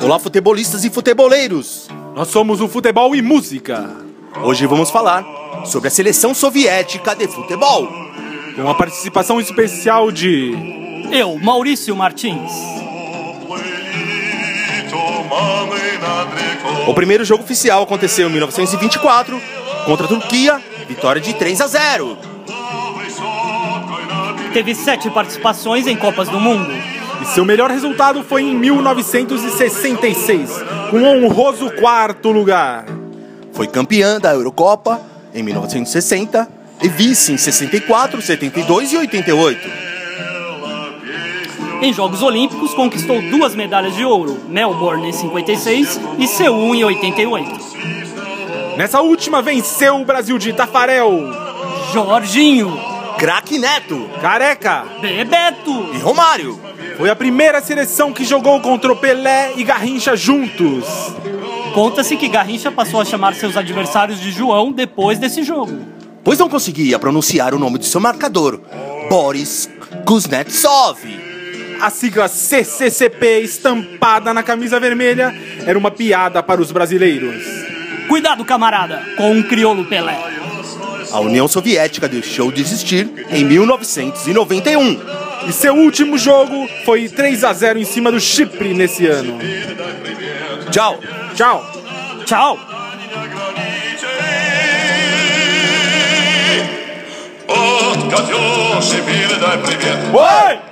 Olá, futebolistas e futeboleiros! Nós somos o Futebol e Música, Hoje vamos falar sobre a seleção soviética de futebol. com a participação especial de. Eu, Maurício Martins. O primeiro jogo oficial aconteceu em 1924 contra a Turquia, vitória de 3 a 0. Teve sete participações em Copas do Mundo. E seu melhor resultado foi em 1966, com um honroso quarto lugar. Foi campeã da Eurocopa em 1960 e vice em 64, 72 e 88. Em Jogos Olímpicos, conquistou duas medalhas de ouro, Melbourne em 56 e Seul em 88. Nessa última venceu o Brasil de Tafarel, Jorginho, Craque Neto Careca. Bebeto, e Romário. Foi a primeira seleção que jogou contra o Pelé e Garrincha juntos. Conta-se que Garrincha passou a chamar seus adversários de João depois desse jogo. Pois não conseguia pronunciar o nome de seu marcador, Boris Kuznetsov. A sigla CCCP estampada na camisa vermelha era uma piada para os brasileiros. Cuidado, camarada, com um crioulo Pelé. A União Soviética deixou de existir em 1991. E seu último jogo foi 3 a 0 em cima do Chipre nesse ano. Tchau. Tchau. Tchau! От Катюши передай привет. Oi!